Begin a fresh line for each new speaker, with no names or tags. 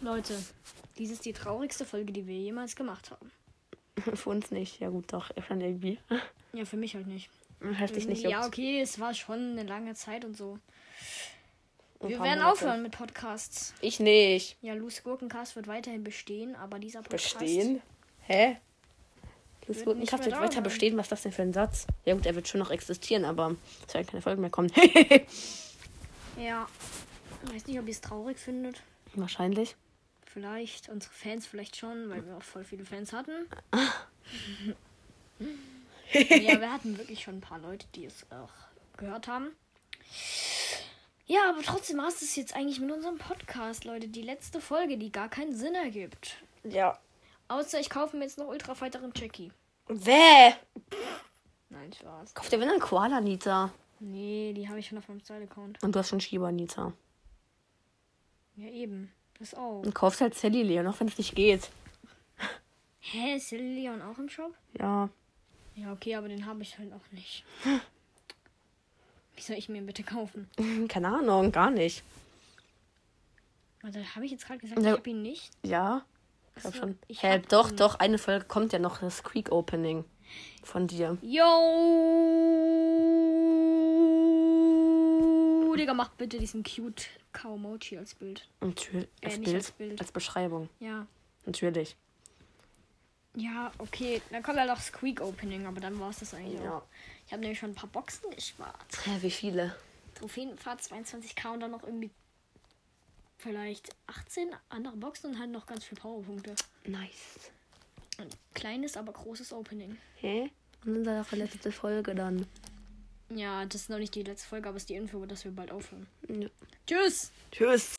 Leute, dies ist die traurigste Folge, die wir jemals gemacht haben.
Für uns nicht. Ja gut, doch, schon irgendwie.
Ja, für mich halt nicht.
Hast dich nicht
ja,
juckt.
okay, es war schon eine lange Zeit und so.
Ein
wir
paar
werden
Monate.
aufhören mit Podcasts.
Ich nicht.
Ja, Lu's Gurkencast wird weiterhin bestehen, aber dieser Podcast.
Bestehen? Hä? Das
Wird
wird
nicht
nicht wird
mehr da
weiter
sein.
bestehen. Was ist das denn für ein Satz? Ja gut, er wird schon noch existieren, aber es werden keine Folgen mehr kommen.
Ja. Ich weiß nicht, ob ihr es traurig findet.
Wahrscheinlich.
Vielleicht. Unsere Fans vielleicht schon, weil wir auch voll viele Fans hatten. ja, wir hatten wirklich schon ein paar Leute, die es auch gehört haben. Ja, aber trotzdem war es jetzt eigentlich mit unserem Podcast, Leute. Die letzte Folge, die gar keinen Sinn ergibt.
Ja.
Außer ich kaufe mir jetzt noch Ultrafighterin Jackie.
Wer?
Nein, Spaß.
Kauft der wenn dann Koala Nita?
Nee, die habe ich schon auf meinem Style-Account.
Und du hast schon Shiba Nita.
Ja, eben. Das auch.
Und kaufst halt Sally Leon, auch wenn es nicht geht.
Hä, ist Leon auch im Shop?
Ja.
Ja, okay, aber den habe ich halt auch nicht. Wie soll ich mir ihn bitte kaufen?
Keine Ahnung, gar nicht.
Also, habe ich jetzt gerade gesagt, ich
Ja.
habe ihn nicht?
Ja. Ich glaub
Achso,
schon.
ich
Hä,
hab
doch,
ihn.
doch, eine Folge kommt ja noch das Creek Opening von dir.
Yo! Digga, mach bitte diesen cute Kaumochi als Bild.
Natürlich.
Äh,
Als,
nicht
Bild,
als
als
Bild.
Beschreibung.
Ja.
Natürlich.
Ja, okay. Dann kommt halt auch Squeak Opening, aber dann war es das eigentlich
Ja.
auch. Ich habe nämlich schon ein paar Boxen gespart.
Hä, wie viele?
Trophäenpfad 22k und dann noch irgendwie vielleicht 18 andere Boxen und halt noch ganz viel Powerpunkte.
Nice.
Ein kleines, aber großes Opening.
Hä? Und unsere letzte Folge dann.
Ja, das ist noch nicht die letzte Folge, aber es ist die Info, dass wir bald aufhören.
Ja.
Tschüss!
Tschüss.